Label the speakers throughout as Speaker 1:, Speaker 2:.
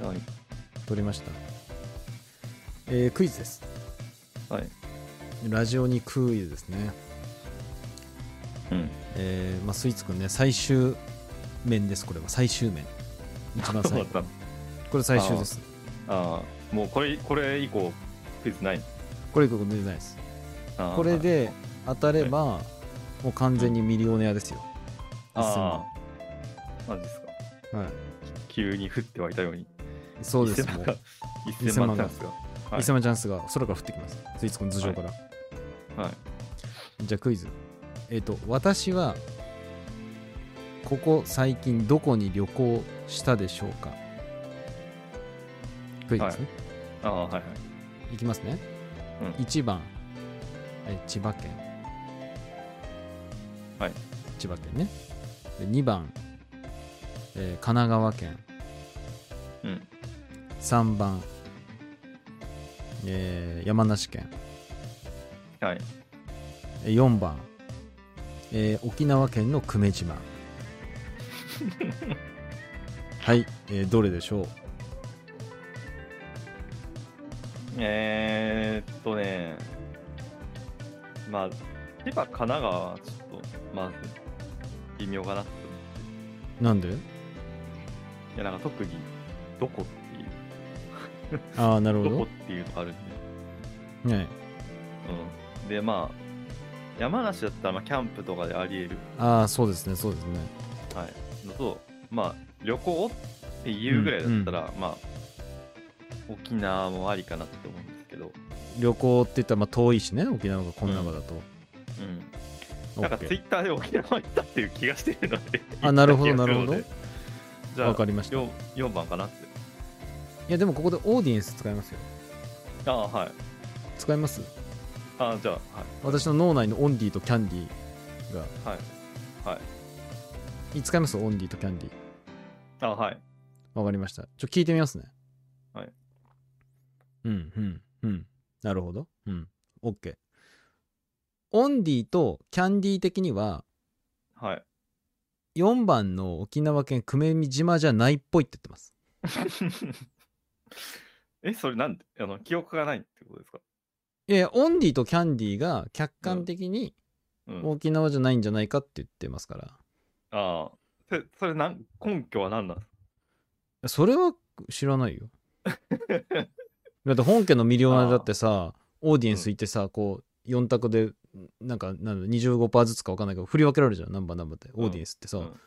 Speaker 1: はい
Speaker 2: 撮りました、えークイズです
Speaker 1: はい
Speaker 2: ラジオにクイズですね、
Speaker 1: うん
Speaker 2: えーまあ、スイーツくんね最終面ですこれは最終面一番
Speaker 1: そうだ
Speaker 2: 最
Speaker 1: っ
Speaker 2: 後
Speaker 1: たの
Speaker 2: これ最終です
Speaker 1: ああもうこれこれ以降クイズないの
Speaker 2: これこれ出てないです
Speaker 1: ああ
Speaker 2: これで当たればもう完全にミリオネアですよ
Speaker 1: ああマジですか
Speaker 2: 1000万はい
Speaker 1: 急に降って湧いたように
Speaker 2: そ うです
Speaker 1: 1000
Speaker 2: も
Speaker 1: 万
Speaker 2: う
Speaker 1: が1000万チャンスがはい
Speaker 2: 伊勢山チャンスが空から降ってきますスイーツくん頭上から、
Speaker 1: はい
Speaker 2: じゃあクイズえっ、と私はここ最近どこに旅行したでしょうかクイズですね、
Speaker 1: ああはいはい
Speaker 2: い、きますね、
Speaker 1: うん
Speaker 2: 1番え千葉県
Speaker 1: はい
Speaker 2: 千葉県ねで2番、えー神奈川県
Speaker 1: うん
Speaker 2: 3番、えー山梨県
Speaker 1: はい
Speaker 2: えー4番、えー沖縄県の久 米島はい、えーどれでしょう
Speaker 1: えー、っとねまあ千葉神奈川はちょっとまず微妙かなって思う
Speaker 2: なんで
Speaker 1: いやなんか特技どこっていう
Speaker 2: ああなるほ
Speaker 1: どこ
Speaker 2: ど
Speaker 1: っていうのがあるんで、
Speaker 2: ね
Speaker 1: うん、でまあ山梨だったらまあキャンプとかであり得る
Speaker 2: ああそうですねそうですね
Speaker 1: はい、のと、まあ、旅行っていうぐらいだったら、まあ、沖縄もありかなって思うんですけど、
Speaker 2: 旅行って言ったらまあ遠いしね沖縄がこの中だと、
Speaker 1: うん、なんか
Speaker 2: OK
Speaker 1: ツイッターで沖縄行ったっていう気がしてるので、
Speaker 2: あなるほど
Speaker 1: 行った気がす
Speaker 2: な
Speaker 1: の
Speaker 2: る
Speaker 1: で
Speaker 2: ほ。
Speaker 1: じゃ
Speaker 2: わか
Speaker 1: あ
Speaker 2: りましたい
Speaker 1: 4, 4番かなって。
Speaker 2: やでもここでオーディエンス使いますよ
Speaker 1: ああ、はい。
Speaker 2: 使います
Speaker 1: ああ、じゃ
Speaker 2: 私の脳内のオンディとキャンディーが
Speaker 1: あ、はい。はい。はい。
Speaker 2: い使いますオンディとキャンディー
Speaker 1: ああ、はい。
Speaker 2: わかりました。ちょ、聞いてみますね。
Speaker 1: はい。
Speaker 2: うん、うん、うん。なるほど。うん。OK。オンディとキャンディー的には、
Speaker 1: はい。
Speaker 2: 4番の沖縄県久米島じゃないっぽいって言ってます。
Speaker 1: え、それなんであの、記憶がないってことですか
Speaker 2: いやいや、オンディとキャンディーが客観的に
Speaker 1: うん。
Speaker 2: 沖縄じゃないんじゃないかって言ってますから。
Speaker 1: ああ。それ、それなん根拠は何なんですか
Speaker 2: それは知 らないよ。だって本家のミリオナだってさ、オーディエンスいてさ、こう、4択で、なんか、なんだ25%ずつか分かんないけど、振り分けられるじゃん、何番何番って、
Speaker 1: ん
Speaker 2: オーディエンスってさ。
Speaker 1: うんうん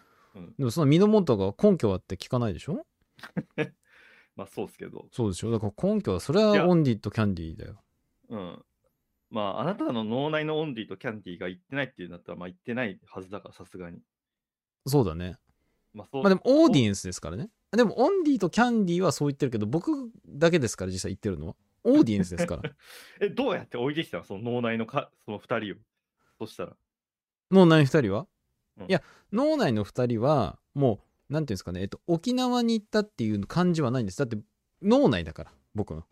Speaker 2: でもその身の元が根拠はって聞かないでしょ
Speaker 1: まあ、そうですけど。
Speaker 2: そうでしょだから根拠は、それ
Speaker 1: い
Speaker 2: は
Speaker 1: や
Speaker 2: オンディとキャンディーだよ。
Speaker 1: うん。まあ、あなたの脳内のオンリーとキャンディーが言ってないっていうんだったら、まあ言ってないはずだから、さすがに。
Speaker 2: そうだね。
Speaker 1: まあ、そう。
Speaker 2: まあでも、オーディエンスですからね。でも、オンディとキャンディーはそう言ってるけど、僕だけですから、実際言ってるのは。オーディエンスですから。
Speaker 1: え、どうやって置いてきたのその脳内のか、その二人を。そしたら。
Speaker 2: 脳内の2人は、
Speaker 1: うん
Speaker 2: いや脳内の2人はもうなんていうんですかね、えっと、沖縄に行ったっていう感じはないんですだって脳内だから僕の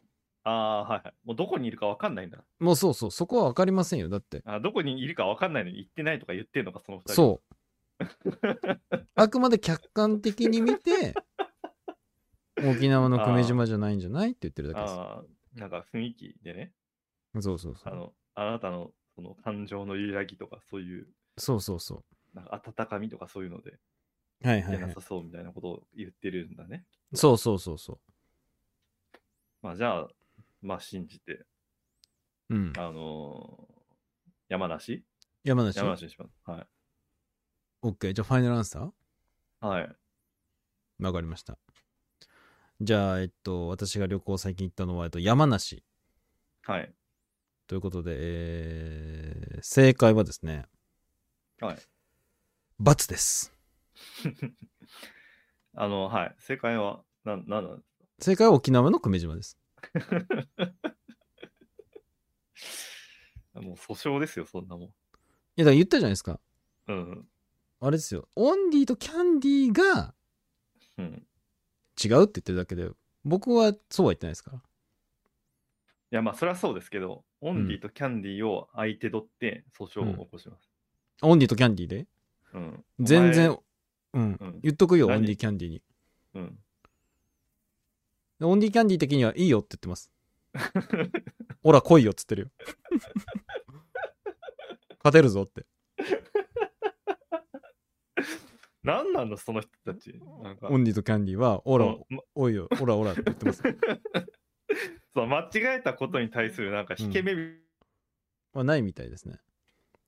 Speaker 1: ああ、はいはい。もうどこにいるかわかんないんだ。
Speaker 2: もうそうそうそこは分かりませんよだって
Speaker 1: あどこにいるかわかんないのに言ってないとか言ってんのか、その二人。う。
Speaker 2: そう あくまで客観的に見て沖縄の久米島じゃないんじゃないって言ってるだけです
Speaker 1: ああ、なんか雰囲気でね。
Speaker 2: そうそうそ
Speaker 1: あ
Speaker 2: う
Speaker 1: の、あなたのその感情の揺らぎとか、そういう、
Speaker 2: そうそうそ
Speaker 1: なんか温かみとかそういうので、
Speaker 2: うはい
Speaker 1: 言
Speaker 2: はい、
Speaker 1: って
Speaker 2: は、
Speaker 1: ないさそうみたいなことを言ってるんだね。
Speaker 2: そうそうそうそ
Speaker 1: まあ、じゃあ、まあ信じて。
Speaker 2: ううん
Speaker 1: あのー山梨
Speaker 2: 山梨
Speaker 1: 山梨にします。はい。
Speaker 2: OK じゃあファイナルアンサー
Speaker 1: はい。
Speaker 2: わかりました。じゃあ、えっと、私が旅行最近行ったのは、えっと、山梨
Speaker 1: はい。
Speaker 2: ということで、えー正解はですね、
Speaker 1: はい。
Speaker 2: ×です。
Speaker 1: あの、はい。正解は、な、なんなんです
Speaker 2: 正解は沖縄の久米島です。
Speaker 1: かもう訴訟ですよ、そんなもん。
Speaker 2: いや、だから言ったじゃないですか。
Speaker 1: うん。
Speaker 2: あれですよ、オンディとキャンディが
Speaker 1: うん。
Speaker 2: 違うって言ってるだけで、僕はそうは言ってないですから。
Speaker 1: いや、まあ、それはそうですけど、オンリーとキャンディーを相手取って訴訟を起こします。
Speaker 2: オンディとキャンディで
Speaker 1: うん。
Speaker 2: 全
Speaker 1: お
Speaker 2: 然、うん、
Speaker 1: 前。うん。
Speaker 2: 言っとくよ、オ
Speaker 1: 何
Speaker 2: ンディ、キャンディに。
Speaker 1: うん。
Speaker 2: でオンディキャンディ的にはいいよって言ってます。オラ来いよっつってるよ。勝てるぞって。
Speaker 1: 何なんだその人たちなんか
Speaker 2: オンディとキャンディは、オラ
Speaker 1: そ、のま
Speaker 2: おいよ、オラオラって言ってます。
Speaker 1: そう間違えたことに対するなんか引け目、
Speaker 2: まあ、ないみたいですね。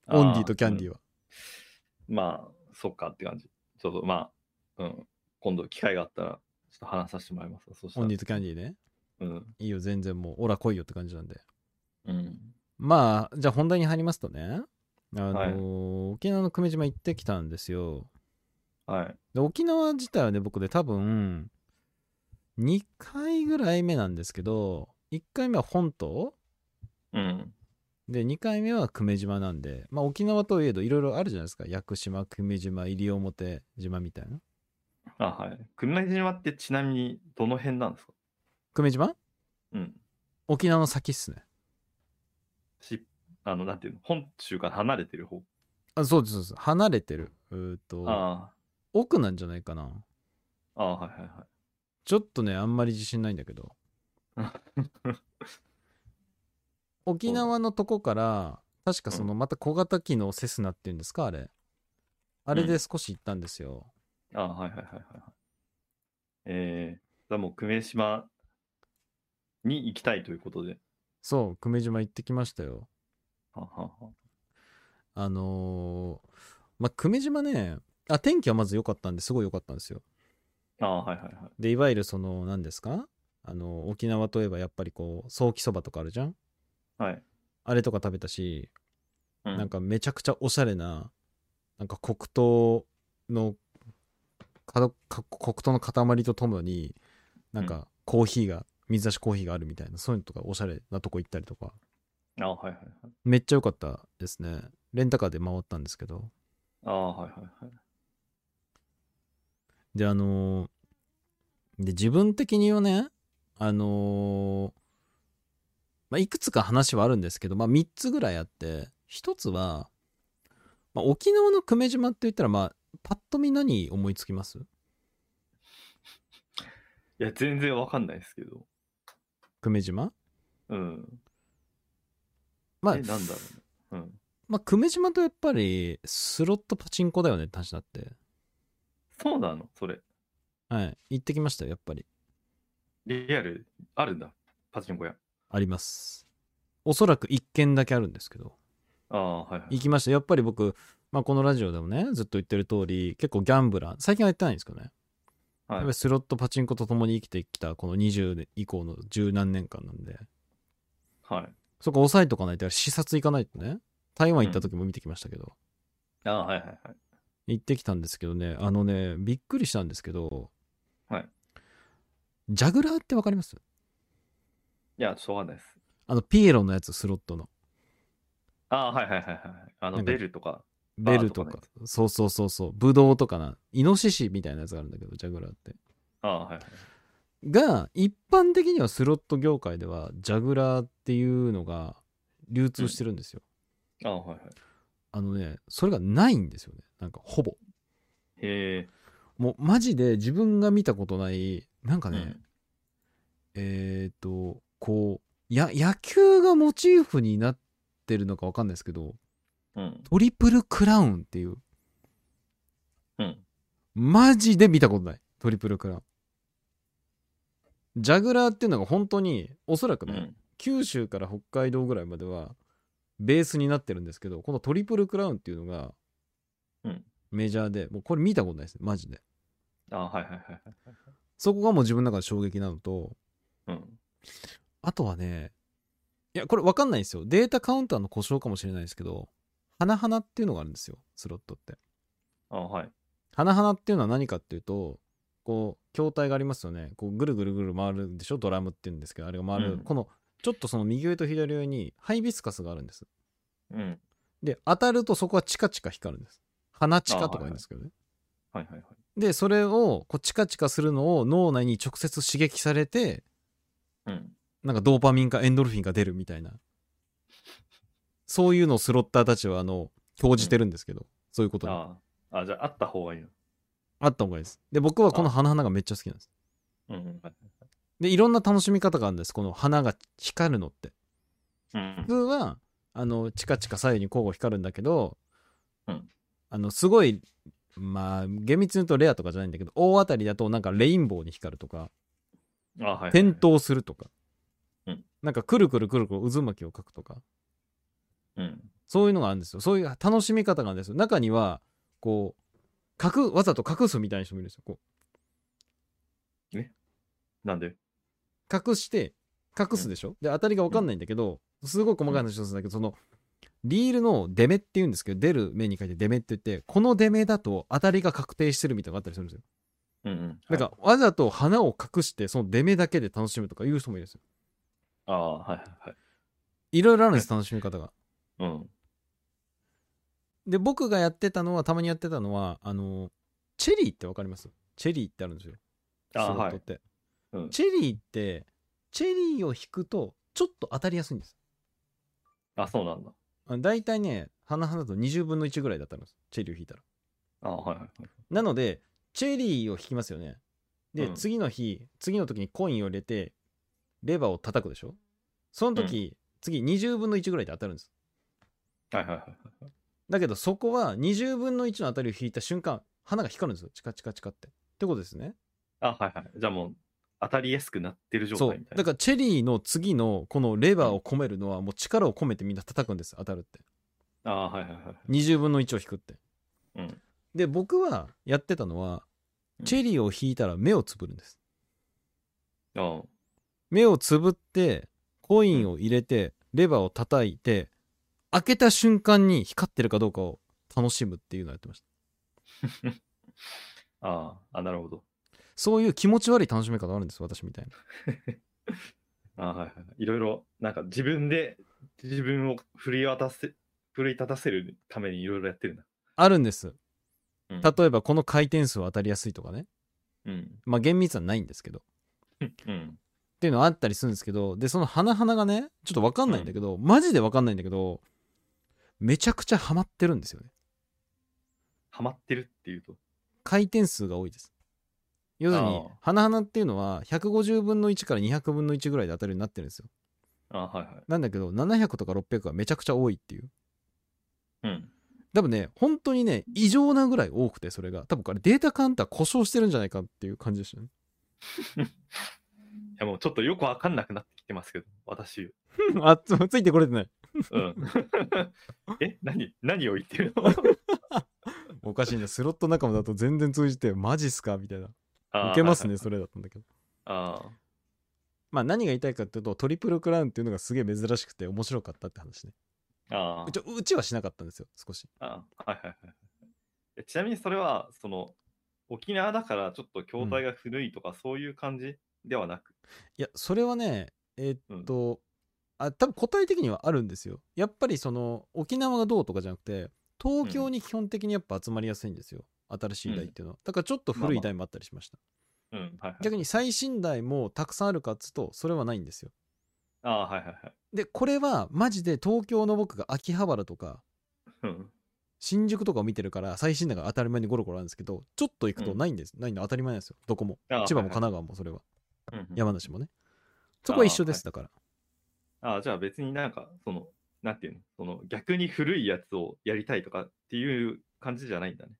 Speaker 2: オンディとキャンデ
Speaker 1: ィ
Speaker 2: ィは。
Speaker 1: まあそっかって感じちょっとまあ、うん、今度機会があったらちょっと話させてもらいますそした
Speaker 2: オ
Speaker 1: ら
Speaker 2: ンディとキャンディね。
Speaker 1: うん
Speaker 2: いいよ、全然もう、オラ来いよって感じなんで。
Speaker 1: うん
Speaker 2: まあ、じゃあ本題に入りますとね、あのー沖縄の久米島行ってきたんですよ。
Speaker 1: はい
Speaker 2: で沖縄自体はね、僕で多分、2回ぐらい目なんですけど、1回目は本島
Speaker 1: うん
Speaker 2: で、2回目は久米島なんで、まあ沖縄といえどいろいろあるじゃないですか。屋久島、久米島、西表島みたいな。
Speaker 1: あはい久米島ってちなみにどの辺なんですか
Speaker 2: 久米島
Speaker 1: うん
Speaker 2: 沖縄の先っすね。
Speaker 1: しあのなんていうの本州から離れてる方
Speaker 2: あ、そうです、そうです。離れてる。うーと、
Speaker 1: あ
Speaker 2: 奥なんじゃないかな。
Speaker 1: あああはいはいはい
Speaker 2: ちょっとね、あんまり自信ないんだけ ど。沖縄のとこから、確かその、また小型機のセスナっていうんですか、あれ。あれで少し行ったんですよ。
Speaker 1: ああはいはいはいはいはい。えー、じゃあもう久米島に行きたいということで。
Speaker 2: そう、久米島行ってきましたよ。
Speaker 1: はんはんはん
Speaker 2: あのーまあ、久米島ね、あ、天気はまず良かったんですごい良かったんですよ。
Speaker 1: ああはいはいはい。
Speaker 2: で、いわゆるその、何ですかあの、沖縄といえばやっぱりこう、ソーキそばとかあるじゃん
Speaker 1: はい。
Speaker 2: あれとか食べたし、
Speaker 1: う
Speaker 2: なんかめちゃくちゃおしゃれな、なんか黒糖の、かどか黒糖の塊とともに、なんかコーヒーが、水出しコーヒーがあるみたいな、そういうのとかおしゃれなとこ行ったりとか、
Speaker 1: ああはいはいはい。
Speaker 2: めっちゃ良かったですね。レンタカーで回ったんですけど。
Speaker 1: ああはいはいはい。
Speaker 2: で、あのーで、自分的にはね、あのーまあ、いくつか話はあるんですけど、まあ、3つぐらいあって、1つは、まあ、沖縄の久米島って言ったら、まあ、パッと見何思いつきます
Speaker 1: いや全然わかんないですけど。
Speaker 2: 久米島
Speaker 1: うん。
Speaker 2: まあ
Speaker 1: え、なんだろうね。うん。
Speaker 2: まあ、久米島とやっぱり、スロットパチンコだよねって話だって。
Speaker 1: そうなのそれ。
Speaker 2: はい。行ってきましたよ、やっぱり。
Speaker 1: リアルあるんだ。パチンコ屋。
Speaker 2: あります。おそらく1軒だけあるんですけど。
Speaker 1: ああはいはい。
Speaker 2: 行きました。やっぱり僕、まあ、このラジオでもね、ずっと言ってる通り、結構ギャンブラー、最近はやってないんですけどね。
Speaker 1: はい
Speaker 2: やっぱりスロットパチンコと共に生きてきた、この20年以降の十何年間なんで、
Speaker 1: はい。
Speaker 2: そこ抑えとかないと、あれ視察行かないとね、台湾行った時も見てきましたけど、
Speaker 1: ああはいはいはい。
Speaker 2: 行ってきたんですけどね、あのね、びっくりしたんですけど、
Speaker 1: はい
Speaker 2: ジャグラーってわかります
Speaker 1: いや、しょうがないです。
Speaker 2: あの、ピエロのやつ、スロットの。
Speaker 1: ああはいはいはいはいはい。あ
Speaker 2: な
Speaker 1: の
Speaker 2: んか
Speaker 1: ベルとか。
Speaker 2: ベルと
Speaker 1: バー
Speaker 2: か
Speaker 1: とか、
Speaker 2: そうそうそうそう、ブドウとかな、イノシシみたいなやつがあるんだけど、ジャグラーって。
Speaker 1: ああはいはい。
Speaker 2: が一般的にはスロット業界ではジャグラーっていうのが流通してるんですよ、
Speaker 1: ああはいはい。
Speaker 2: あのねそれがないんですよねなんかほぼ
Speaker 1: へえ。
Speaker 2: もうマジで自分が見たことないなんかね、
Speaker 1: うん
Speaker 2: えっ、とこうや野球がモチーフになってるのかわかんないですけど
Speaker 1: うん。
Speaker 2: トリプルクラウンっていう
Speaker 1: うん。
Speaker 2: マジで見たことないトリプルクラウンジャグラーっていうのが本当におそらく
Speaker 1: う
Speaker 2: ね、
Speaker 1: ん。
Speaker 2: 九州から北海道ぐらいまではベースになってるんですけどこのトリプルクラウンっていうのが
Speaker 1: うん
Speaker 2: メジャーで、もうこれ見たことないですねマジで
Speaker 1: ああはいはいはいはい。
Speaker 2: そこがもう自分の中で衝撃なのと
Speaker 1: うん。
Speaker 2: あとはねいやこれ分かんないですよデータカウンターの故障かもしれないですけど花々っていうのがあるんですよスロットって
Speaker 1: あはい。
Speaker 2: 花々っていうのは何かっていうとこう筐体がありますよねこうぐるぐるぐる回るんでしょドラムっていうんですけどあれが回る、
Speaker 1: うん
Speaker 2: このちょっとその右上と左上にハイビスカスがあるんです
Speaker 1: うん。
Speaker 2: で当たるとそこはチカチカ光るんです鼻チカとか言うんですけどね、
Speaker 1: はいはいはい。
Speaker 2: でそれをこうチカチカするのを脳内に直接刺激されて
Speaker 1: うん。
Speaker 2: なんかドーパミンかエンドルフィンが出るみたいなそういうのをスロッターたちはあの興じてるんですけど、そういうことにあ
Speaker 1: ああ、じゃあ、あった方がいいの。
Speaker 2: った方がいいですで僕はこの花々がめっちゃ好きなんです
Speaker 1: うん。
Speaker 2: でいろんな楽しみ方があるんですこの花が光るのって
Speaker 1: うん
Speaker 2: 普通はあのチカチカ左右に交互光るんだけど、
Speaker 1: うん
Speaker 2: あのすごいまあ厳密に言うとレアとかじゃないんだけど大当たりだとなんかレインボーに光るとか
Speaker 1: あ、はい。
Speaker 2: 転倒するとか、
Speaker 1: うん
Speaker 2: なんかくるくるくるくる渦巻きを描くとか
Speaker 1: うん。
Speaker 2: そういうのがあるんですよそういう楽しみ方があるんですよ中にはこう隠わざと隠すみたいな人もいるんですよこ
Speaker 1: なんで
Speaker 2: う隠して隠すでしょ、で当たりが分かんないんだけど、すごい細かい話をするんだけどそのリールの出目っていうんですけど出る目に書いて出目って言ってこの出目だと当たりが確定してるみたいなのがあったりするんですよ
Speaker 1: うんうん。
Speaker 2: だからわざと花を隠してその出目だけで楽しむとかいう人もいるんですよ
Speaker 1: ら。ああー、はいはいはい。
Speaker 2: いろいろあるんです楽しみ方が
Speaker 1: うん。
Speaker 2: で僕がやってたのはたまにやってたのはあのチェリーってわかりますチェリーってあるんですよ
Speaker 1: あ
Speaker 2: スロッ
Speaker 1: は
Speaker 2: トっ
Speaker 1: い。
Speaker 2: て、
Speaker 1: うん
Speaker 2: チェリーってチェリーを引くとちょっと当たりやすいんです
Speaker 1: あ、そうなんだ。
Speaker 2: あ大体ね花花だと20分の1ぐらいだったんですチェリーを引いたら
Speaker 1: あーはいはいはい。
Speaker 2: なのでチェリーを引きますよねで、
Speaker 1: うん
Speaker 2: 次の日次の時にコインを入れてレバーを叩くでしょその時、次20分の1ぐらいで当たるんです
Speaker 1: はいはいはい。
Speaker 2: だけどそこは20分の1の当たりを引いた瞬間花が光るんですよチカチカチカってってことですね
Speaker 1: あ、はいはい。じゃあもう、当たりやすくなってる状
Speaker 2: そ
Speaker 1: 態
Speaker 2: う
Speaker 1: みたいな。
Speaker 2: だからチェリーの次のこのレバーを込めるのはもう力を込めてみんな叩くんです当たるって
Speaker 1: ら、あーはいはいはい。
Speaker 2: 20分の1を引くって
Speaker 1: うん。
Speaker 2: で僕はやってたのは
Speaker 1: うん
Speaker 2: チェリーを引いたら目をつぶるんです
Speaker 1: あー
Speaker 2: 目をつぶってコインを入れてレバーを叩いて開けた瞬間に光ってるかどうかを楽しむっていうのをやってました
Speaker 1: あーあ、なるほど。
Speaker 2: そういう気持ち悪い楽しみ方があるんです私みたいな
Speaker 1: あーはいはいはい。いろいろ、なんか自分で自分を振り渡せ、奮い立たせるためにいろいろやってるな。
Speaker 2: あるんです
Speaker 1: うん
Speaker 2: 例えばこの回転数は当たりやすいとかね
Speaker 1: うん。
Speaker 2: まあ厳密はないんですけど
Speaker 1: うん。
Speaker 2: っていうのあったりするんですけどでその花々がねちょっと分かんないんだけど、マジで分かんないんだけどめちゃくちゃハマってるんですよね
Speaker 1: ハマってるっていうと。
Speaker 2: 回転数が多いです要するに
Speaker 1: ああ
Speaker 2: 花々っていうのは150分の1から200分の1ぐらいで当たるようになってるんですよ
Speaker 1: あーはいはい。
Speaker 2: なんだけど700とか600がめちゃくちゃ多いっていう
Speaker 1: うん。
Speaker 2: 多分ね本当にね異常なぐらい多くてそれが多分これデータカウンター故障してるんじゃないかっていう感じでしたね
Speaker 1: いやもうちょっとよくわかんなくなってきてますけど、私。
Speaker 2: あつついてこれてない
Speaker 1: うん。え、何何を言ってる の
Speaker 2: おかしいねスロット仲間だと全然通じてマジっすかみたいな
Speaker 1: あー
Speaker 2: ウケます
Speaker 1: はいはい
Speaker 2: ねそれだったんだけど
Speaker 1: あー
Speaker 2: まあ何が言いたいかっていうとトリプルクラウンっていうのがすげえ珍しくて面白かったって話ね
Speaker 1: あー
Speaker 2: うちうちはしなかったんですよ少し
Speaker 1: あーはいはいはいえ。ちなみにそれは、その、沖縄だからちょっと筐体が古いとか、そういう感じではなく。
Speaker 2: いやそれはねえーっと、あ多分答え的にはあるんですよやっぱりその沖縄がどうとかじゃなくて東京に基本的にやっぱ集まりやすいんですよ、新しい台っていうのはだからちょっと古い台もあったりしました、
Speaker 1: うん、はいはい。
Speaker 2: 逆に最新台もたくさんあるかっつうとそれはないんですよ
Speaker 1: ああ、はいはいはい。
Speaker 2: でこれはマジで東京の僕が秋葉原とか
Speaker 1: うん。
Speaker 2: 新宿とかを見てるから最新だから当たり前にゴロゴロあるんですけどちょっと行くとないんです、ないの当たり前なんですよどこも
Speaker 1: あ
Speaker 2: 千
Speaker 1: か
Speaker 2: 葉も神
Speaker 1: な
Speaker 2: 奈川もそれは
Speaker 1: はいはいうんうん
Speaker 2: 山梨もねそこは一緒ですだから
Speaker 1: ああ、じゃあ別になんか、その、なんていうの、その逆に古いやつをやりたいとかっていう感じじゃないんだね。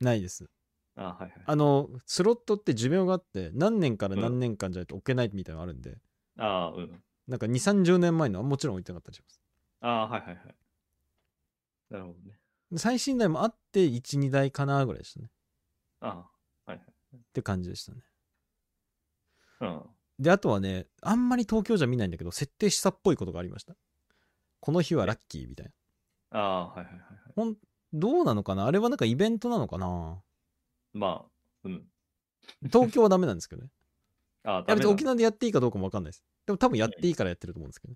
Speaker 2: ないです
Speaker 1: ああ、はいはい。
Speaker 2: あのスロットって寿命があって何年から何年間じゃないと置けないみたいなのあるんで
Speaker 1: ああ、うん。
Speaker 2: なんか2 3 0年前のはもちろん置いてなかったりします
Speaker 1: ああ、はいはいはい。なるほどね。
Speaker 2: で最新台もあって12台かなぐらいでしたね
Speaker 1: あ
Speaker 2: って感じでしたね
Speaker 1: あ、うん。
Speaker 2: であとはねあんまり東京じゃ見ないんだけど設定したっぽいことがありましたこの日はラッキーみたいな
Speaker 1: ああ、はいはいはいはい。
Speaker 2: ほんどうなのかなあれはなんかイベントなのかな
Speaker 1: まあ、うん。
Speaker 2: 東京はダメなんですけどね。
Speaker 1: ああ、
Speaker 2: いや
Speaker 1: ダメ
Speaker 2: 別
Speaker 1: だ
Speaker 2: に沖縄でやっていいかどうかも分かんないです。でも多分やっていいからやってると思うんですけど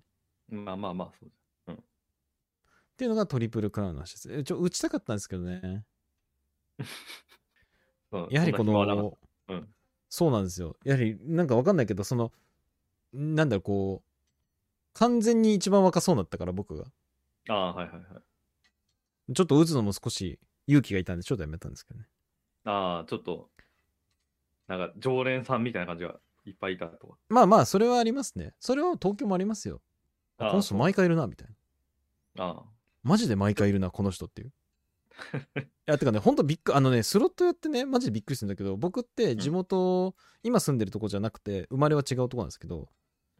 Speaker 2: ね。
Speaker 1: まあまあまあ、そう
Speaker 2: っていうのがトリプルクラウンの話です。えちょ、打ちたかったんですけどね。
Speaker 1: だうん。
Speaker 2: やはりこ
Speaker 1: そんな暇はなかっ
Speaker 2: の、
Speaker 1: うん
Speaker 2: そうなんですよ。やはりなんか分かんないけど、その、なんだろう、こう、完全に一番若そうだったから僕が。
Speaker 1: たああ、はいはいはい。
Speaker 2: ちょっと打つのも少し勇気がいたんで、ちょっとやめたんですけどね。
Speaker 1: ああ、ちょっと、なんか常連さんみたいな感じがいっぱいいたとか。
Speaker 2: まあまあ、それはありますね。それは東京もありますよ。あ
Speaker 1: あ
Speaker 2: この人毎回いるな、みたいな。
Speaker 1: あ
Speaker 2: マジで毎回いるな、この人っていう。いや、てかね、ほんとびっくあのね、スロットやってね、マジでびっくりするんだけど、僕って地元、今住んでるとこじゃなくて、生まれは違うとこなんですけど、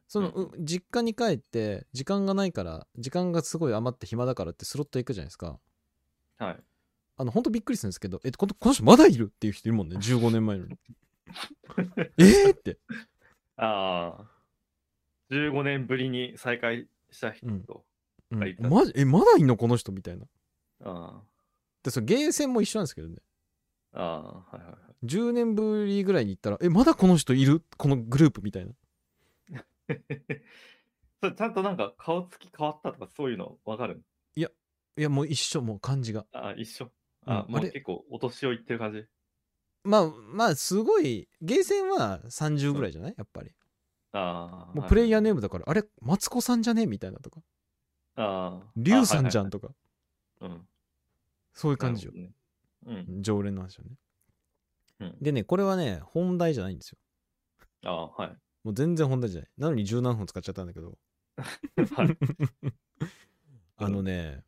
Speaker 2: その、
Speaker 1: うん
Speaker 2: う実家に帰って、時間がないから、時間がすごい余って暇だからってスロット行くじゃないですか。
Speaker 1: あはい。
Speaker 2: あの、ほんとびっくりするんですけど、え、このこの人まだいるっていう人いるもんね、15年前のに。 えーって。
Speaker 1: ああ。15年ぶりに再会した人。
Speaker 2: うんうん
Speaker 1: はい
Speaker 2: マジ、え、まだいんのこの人みたいな。
Speaker 1: あ
Speaker 2: で、そのゲーセンも一緒なんですけどね。
Speaker 1: あ。ああ。はいはいはい。
Speaker 2: 10年ぶりぐらいに行ったら、え、まだこの人いるこのグループみたいな。
Speaker 1: それちゃんとなんか顔つき変わったとかそういうのわかる
Speaker 2: いや、もう一緒、もう感じが。
Speaker 1: あ一緒。
Speaker 2: うん
Speaker 1: あ、も
Speaker 2: あ
Speaker 1: う
Speaker 2: れ
Speaker 1: 結構お年をいってる感じ。
Speaker 2: まあ、まあ、すごい、ゲーセンは30ぐらいじゃないやっぱり。
Speaker 1: ああ。
Speaker 2: もうプレイヤーネー
Speaker 1: ム。
Speaker 2: ムだから、あれ、マツコさんじゃねみたいなとか、
Speaker 1: ああ。
Speaker 2: リュウさんじゃ
Speaker 1: ん。
Speaker 2: んとか、
Speaker 1: うん。
Speaker 2: そういう感じよ。
Speaker 1: なるほどね。
Speaker 2: 常連なんですよね。
Speaker 1: うん。うん、
Speaker 2: でね、これはね、本題じゃないんですよ。
Speaker 1: ああ、はい。
Speaker 2: もう全然本題じゃない。なのに十何分使っちゃったんだけど、
Speaker 1: はい。
Speaker 2: あのね、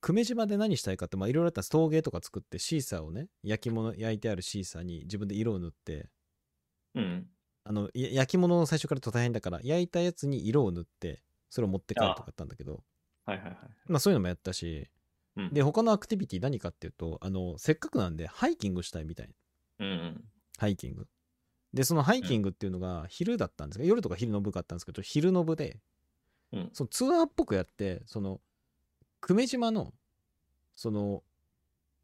Speaker 2: 久米島で何したいかって、まあ、いろいろあったら陶芸とか作って、シーサーをね、焼き物、焼いてあるシーサーに自分で色を塗って、
Speaker 1: うん。
Speaker 2: あのや焼き物の最初からと大変だから焼いたやつに色を塗ってそれを持って帰るとかあったんだけど
Speaker 1: はいはいはい。
Speaker 2: まあそういうのもやったし
Speaker 1: うん。
Speaker 2: で他のアクティビティ何かっていうとあのせっかくなんでハイキングしたいみたいな
Speaker 1: うんうん。
Speaker 2: ハイキングでそのハイキングっていうのが昼だったんですが、夜とか昼の部があったんですけど昼の部で、
Speaker 1: うん
Speaker 2: そのツアーっぽくやってその久米島のその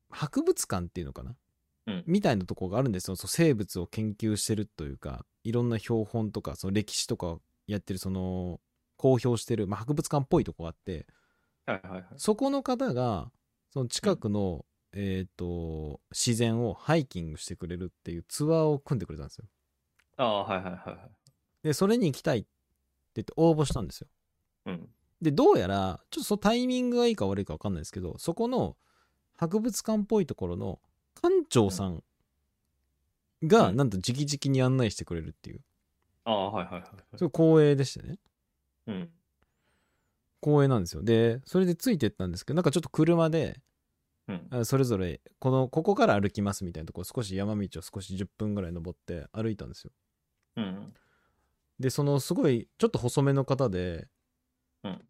Speaker 2: 博物館っていうのかな
Speaker 1: うん
Speaker 2: みたいなとこがあるんですよ。その生物を研究してるというか、いろんな標本とか、その歴史とかをやってる、その、公表してる、まあ、博物館っぽいとこがあって、
Speaker 1: はいはいはい。
Speaker 2: そこの方が、その近くの、えっ、と、自然をハイキングしてくれるっていうツアーを組んでくれたんですよ。
Speaker 1: ああ、はいはいはいはい。
Speaker 2: で、それに行きたいって言って応募したんですよ。
Speaker 1: うん。
Speaker 2: で、どうやら、ちょっとそのタイミングがいいか悪いか分かんないですけど、そこの博物館っぽいところの館長さんが、
Speaker 1: うん
Speaker 2: なんと直々に案内してくれるっていう、
Speaker 1: ああ、はいはいはいはい。
Speaker 2: それ光栄でしたね。
Speaker 1: うん。
Speaker 2: 光栄なんですよ。で、それでついてったんですけど、なんかちょっと車で、
Speaker 1: うん。
Speaker 2: あそれぞれ、この、ここから歩きますみたいなところ、少し山道を少し10分ぐらい登って歩いたんですよ。
Speaker 1: うん。
Speaker 2: で、その、すごい、ちょっと細めの方で、
Speaker 1: うん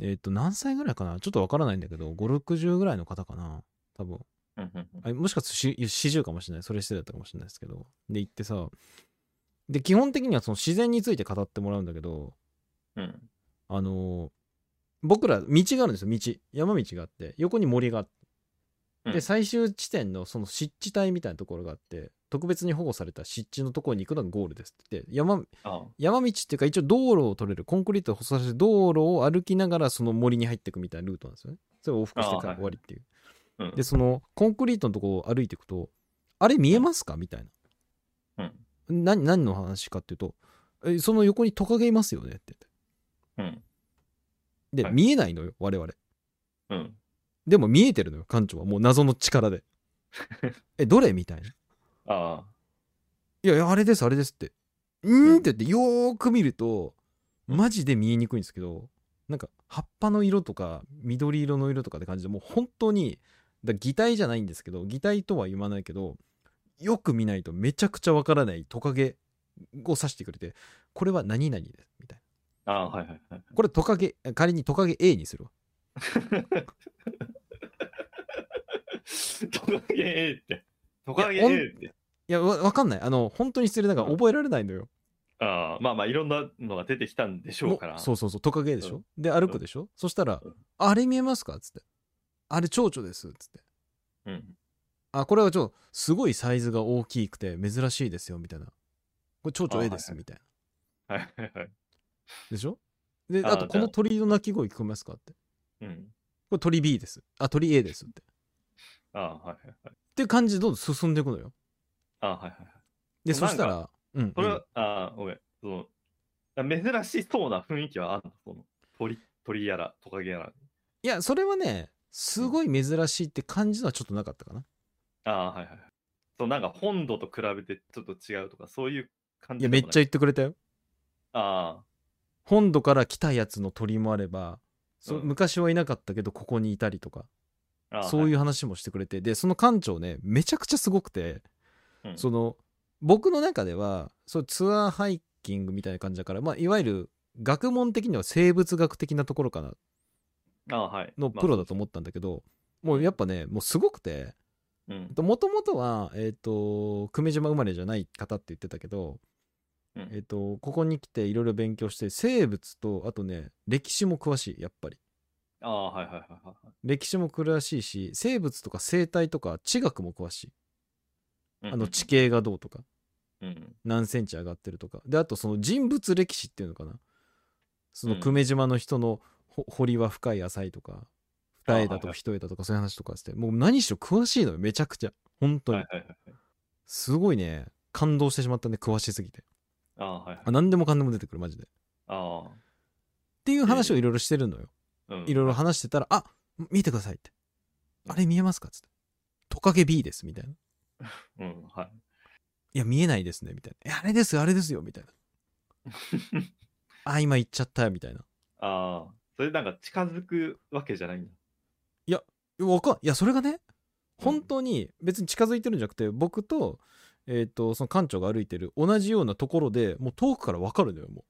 Speaker 2: えっ、と、何歳ぐらいかなちょっとわからないんだけど、5、60ぐらいの方かな多分。
Speaker 1: うんうん
Speaker 2: あもしかすると四十かもしれないそれしてだったかもしれないですけどで行ってさで基本的にはその自然について語ってもらうんだけど
Speaker 1: うん。
Speaker 2: あのー僕ら道があるんですよ道山道があって横に森があって、
Speaker 1: うん
Speaker 2: で最終地点のその湿地帯みたいなところがあって特別に保護された湿地のところに行くのがゴールですって言って山
Speaker 1: ああ。
Speaker 2: 山道っていうか一応道路を取れるコンクリートを舗装される道路を歩きながらその森に入っていくみたいなルートなんですよねそれを往復して
Speaker 1: あーは
Speaker 2: から
Speaker 1: い
Speaker 2: 終わりっていう
Speaker 1: うん。
Speaker 2: でそのコンクリートのとこを歩いていくとあれ見えますかみたいな
Speaker 1: うん。
Speaker 2: 何何の話かっていうとえその横にトカゲいますよねって言って
Speaker 1: うん。
Speaker 2: で、
Speaker 1: はい
Speaker 2: 見えないのよ我々
Speaker 1: うん。
Speaker 2: でも見えてるのよ館長はもう謎の力 でえどれみたいな
Speaker 1: あ
Speaker 2: いやいやあれですあれですってうんって言ってよーく見るとマジで見えにくいんですけどなんか葉っぱの色とか緑色の色とかって感じでもう本当にだ擬態じゃないんですけど擬態とは言わないけどよく見ないとめちゃくちゃわからないトカゲを指してくれてこれは何々ですみたい
Speaker 1: あ。ああ、はいはいはい。
Speaker 2: なこれトカゲ仮にトカゲ A にするわ
Speaker 1: トカゲ A って。トカゲ
Speaker 2: いやほん
Speaker 1: A って。
Speaker 2: いやわわかんないあの本当に失礼だから覚えられないのよ
Speaker 1: ああ、まあまあいろんなのが出てきたんでしょうから。
Speaker 2: もそうそうそうトカゲでしょ、で歩くでしょ、そしたら、
Speaker 1: うん
Speaker 2: あれ見えますか?」っつって「あれ蝶々です」っつって
Speaker 1: うん。
Speaker 2: 「あこれはちょっとすごいサイズが大きくて珍しいですよ」みたいな「これ蝶々絵です」
Speaker 1: あはいはい
Speaker 2: みたいな
Speaker 1: はいはいはい。
Speaker 2: でしょで
Speaker 1: あ
Speaker 2: あと「この鳥の鳴き声聞こえますか?」って
Speaker 1: うん。
Speaker 2: 「これ鳥 B です」あ「鳥 A です」ってっ
Speaker 1: ああ、はいはいはい。
Speaker 2: ていう感じでどんどん進んでいくのよ
Speaker 1: ああ、はいはいはい。
Speaker 2: で
Speaker 1: そ
Speaker 2: そうした
Speaker 1: な
Speaker 2: らうん
Speaker 1: それ
Speaker 2: うん
Speaker 1: は、ああ、ごめん。その珍しそうな雰囲気はあるのその鳥鳥やらトカゲやら。
Speaker 2: いやそれはねすごい珍しいって感じのはちょっとなかったかな
Speaker 1: ああ、はいはいはい。そうなんか本土と比べてちょっと違うとか、そういう感
Speaker 2: い
Speaker 1: じ
Speaker 2: や、
Speaker 1: で
Speaker 2: め
Speaker 1: も
Speaker 2: っ
Speaker 1: な
Speaker 2: ちゃ言ってくれたよ。
Speaker 1: あ
Speaker 2: 本土から来たやつの鳥もあれば、そ
Speaker 1: うん
Speaker 2: 昔はいなかったけどここにいたりとか
Speaker 1: ーあー。
Speaker 2: そういう
Speaker 1: は
Speaker 2: 話もしてくれてでその館長ねめちゃくちゃすごくて、
Speaker 1: うん
Speaker 2: その僕の中ではそうツアーハイキングみたいな感じだから、まあ、いわゆる学問的には生物学的なところかな
Speaker 1: ああ、はい。
Speaker 2: の
Speaker 1: まあ
Speaker 2: プロだと思ったんだけど、もうやっぱねもうすごくて
Speaker 1: うん。
Speaker 2: もともとは、えっと久米島生まれじゃない方って言ってたけど、
Speaker 1: うん
Speaker 2: えっとここに来ていろいろ勉強して生物とあとね歴史も詳しいやっぱり。
Speaker 1: ああ、はいはいはいはいはい。
Speaker 2: 歴史も詳しいし生物とか生態とか地学も詳しい
Speaker 1: うん
Speaker 2: あの地。形がどうとか
Speaker 1: うんうん。
Speaker 2: 何センチ上がってるとかであとその人物歴史っていうのかなその
Speaker 1: うん
Speaker 2: 久米島の人のほ堀は深い浅いとか二重
Speaker 1: あは
Speaker 2: だと
Speaker 1: いは
Speaker 2: か
Speaker 1: い
Speaker 2: 一重だとかそういう話とかしてもう何しろ詳しいのよめちゃくちゃ本当
Speaker 1: はい
Speaker 2: に
Speaker 1: はいはい。
Speaker 2: すごいね感動してしまったね詳しすぎて
Speaker 1: ああ、はいはい
Speaker 2: あ。何でもかんでも出てくるマジでっ
Speaker 1: あ
Speaker 2: ていう話をいろいろしてるのよ
Speaker 1: あ。うん
Speaker 2: いろいろ。話してたら「あ見てください」って「あれ見えますか?」っつって「トカゲ B です」みたいな
Speaker 1: うん、はい。
Speaker 2: いや、見えないですね、みたいな。いやあれですよ、あれですよ、みたいな。あ、今行っちゃったよ、みたいな。
Speaker 1: ああ。それなんか近づくわけじゃないんだ。
Speaker 2: いやわかんいや、それがね、
Speaker 1: うん
Speaker 2: 本当に別に近づいてるんじゃなくて、僕と、えっ、と、その館長が歩いてる同じようなところでもう遠くからわかるのよ、も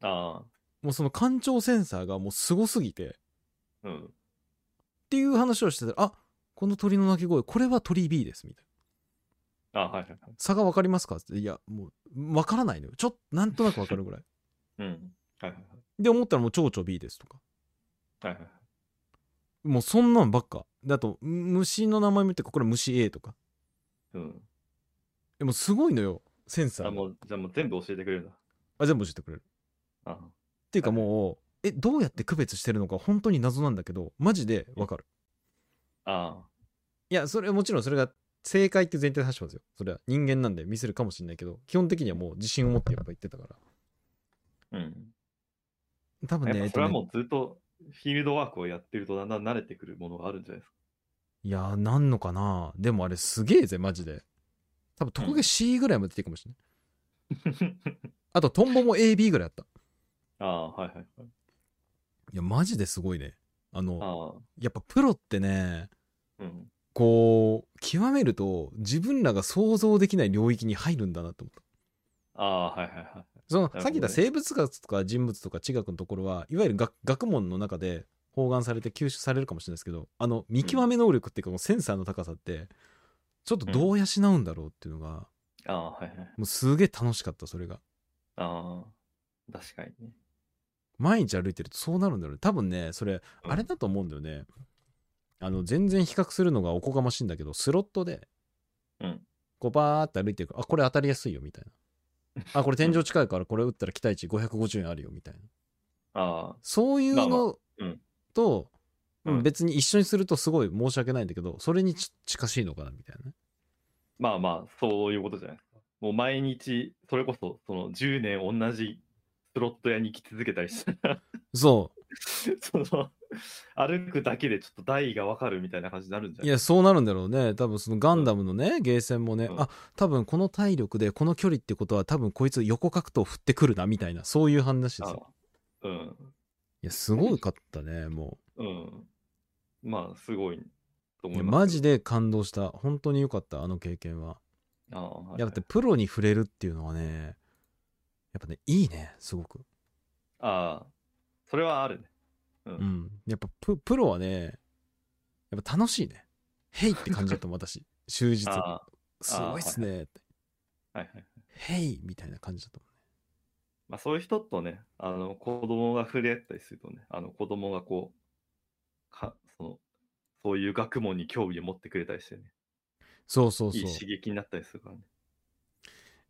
Speaker 1: あ
Speaker 2: う。もうその館長センサーがもうすごすぎて、っ
Speaker 1: あ。うん。
Speaker 2: ていう話をしてたら、あこの鳥の鳴き声、これは鳥 B です、みたいな。
Speaker 1: ああ、はいはいはい。
Speaker 2: 差がわかりますかって、いや、もう、わからないのよ。ちょっと、なんとなくわかるぐらい。
Speaker 1: うん。はいはい
Speaker 2: で、思ったらもう、蝶々 B ですとか。
Speaker 1: はい。はいはいはい。
Speaker 2: もうそんなんばっか。だと、む虫の名前見て、これ虫 A とか。
Speaker 1: うん。
Speaker 2: でもすごいのよ、センサ
Speaker 1: あ、
Speaker 2: ーが。
Speaker 1: もう、じゃあもう全部教えてくれるんだ。
Speaker 2: あ、全部教えてくれる。っ
Speaker 1: ああ。
Speaker 2: ていうかもう、え、どうやって区別してるのか本当に謎なんだけど、マジでわかる。
Speaker 1: あ
Speaker 2: いや、それもちろんそれが正解っていう前提で話してますよ。それは人間なんで見せるかもしれないけど、基本的にはもう自信を持ってやっぱ言ってたから。
Speaker 1: あ。うん。
Speaker 2: 多分ね、
Speaker 1: や
Speaker 2: え
Speaker 1: っ
Speaker 2: っ
Speaker 1: ぱそ
Speaker 2: と
Speaker 1: れ
Speaker 2: ね
Speaker 1: はもうずっとフィールドワークをやってるとだんだん慣れてくるものがあるんじゃないですか。
Speaker 2: いやー、なんのかなでもあれすげえぜ、マジで。多分トカゲ C ぐらいまで出てるかもしれない。あと、トンボも AB ぐらいあった。
Speaker 1: ああ、はいはいはい。
Speaker 2: いや、マジですごいね。あの、
Speaker 1: あ
Speaker 2: やっぱプロってね、
Speaker 1: あ、うん。
Speaker 2: こう極めると自分らが想像できない領域に入るんだなと思った
Speaker 1: ああ、はいはいはい。
Speaker 2: その
Speaker 1: ほどね
Speaker 2: さっき言った生物学とか人物とか地学のところはいわゆる学学問の中で包含されて吸収されるかもしれないですけどあの見極め能力っていうかこのセンサーの高さってちょっとどう養うんだろうっていうのが、
Speaker 1: ああ、はいはい。
Speaker 2: もうすげえ楽しかったそれが
Speaker 1: ああ、確かにね。
Speaker 2: 毎日歩いてるとそうなるんだろうね多分ねそれ
Speaker 1: うん
Speaker 2: あれだと思うんだよね、あの全然比較するのがおこがましいんだけどスロットで
Speaker 1: うん
Speaker 2: こうバーって歩いてるからあこれ当たりやすいよみたいなあこれ天井近いからこれ打ったら期待値550円あるよみたいな
Speaker 1: あ
Speaker 2: そういう
Speaker 1: まあま
Speaker 2: の
Speaker 1: うん
Speaker 2: と、
Speaker 1: あ、
Speaker 2: うん別に一緒にするとすごい申し訳ないんだけどそれにち近しいのかなみたいなね
Speaker 1: まあまあ、そういうことじゃないですか。もう毎日、それこそ、その10年同じスロット屋に行き続けたりしたら、
Speaker 2: そ
Speaker 1: その、歩くだけでちょっと台がわかるみたいな感じになるんじゃ
Speaker 2: うい
Speaker 1: ない
Speaker 2: やそうなるんだろうね多分そのガンダムのねゲーセンもね、
Speaker 1: うん
Speaker 2: あ多分この体力でこの距離ってことは多分こいつ横角と振ってくるなみたいなそういう話ですよ
Speaker 1: ああうん。
Speaker 2: いや、すごかったね、も
Speaker 1: うん。まあ、すごいと
Speaker 2: う。
Speaker 1: 思
Speaker 2: いや
Speaker 1: いま
Speaker 2: マ
Speaker 1: す
Speaker 2: ジ
Speaker 1: け
Speaker 2: で感動した。本当によかった、あの経験は。
Speaker 1: ど。ああ、はい
Speaker 2: いや、だってプロに触れるっていうのはね、やっぱね、いいね、すごく。
Speaker 1: ああ、それはあるね。うん。
Speaker 2: うん。やっぱププロはね、やっぱ楽しいね。ヘイって感じだったもん、私。終日。
Speaker 1: あ
Speaker 2: すごいっすねって。
Speaker 1: あ、はいはい。
Speaker 2: ヘイみたいな感じだったもん。
Speaker 1: まあ、そういう人とね、あの、子供が触れ合ったりするとね、あの、子供がこう、か、その、そういう学問に興味を持ってくれたりしてね、
Speaker 2: そうそうそう。
Speaker 1: いい刺激になったりするからね。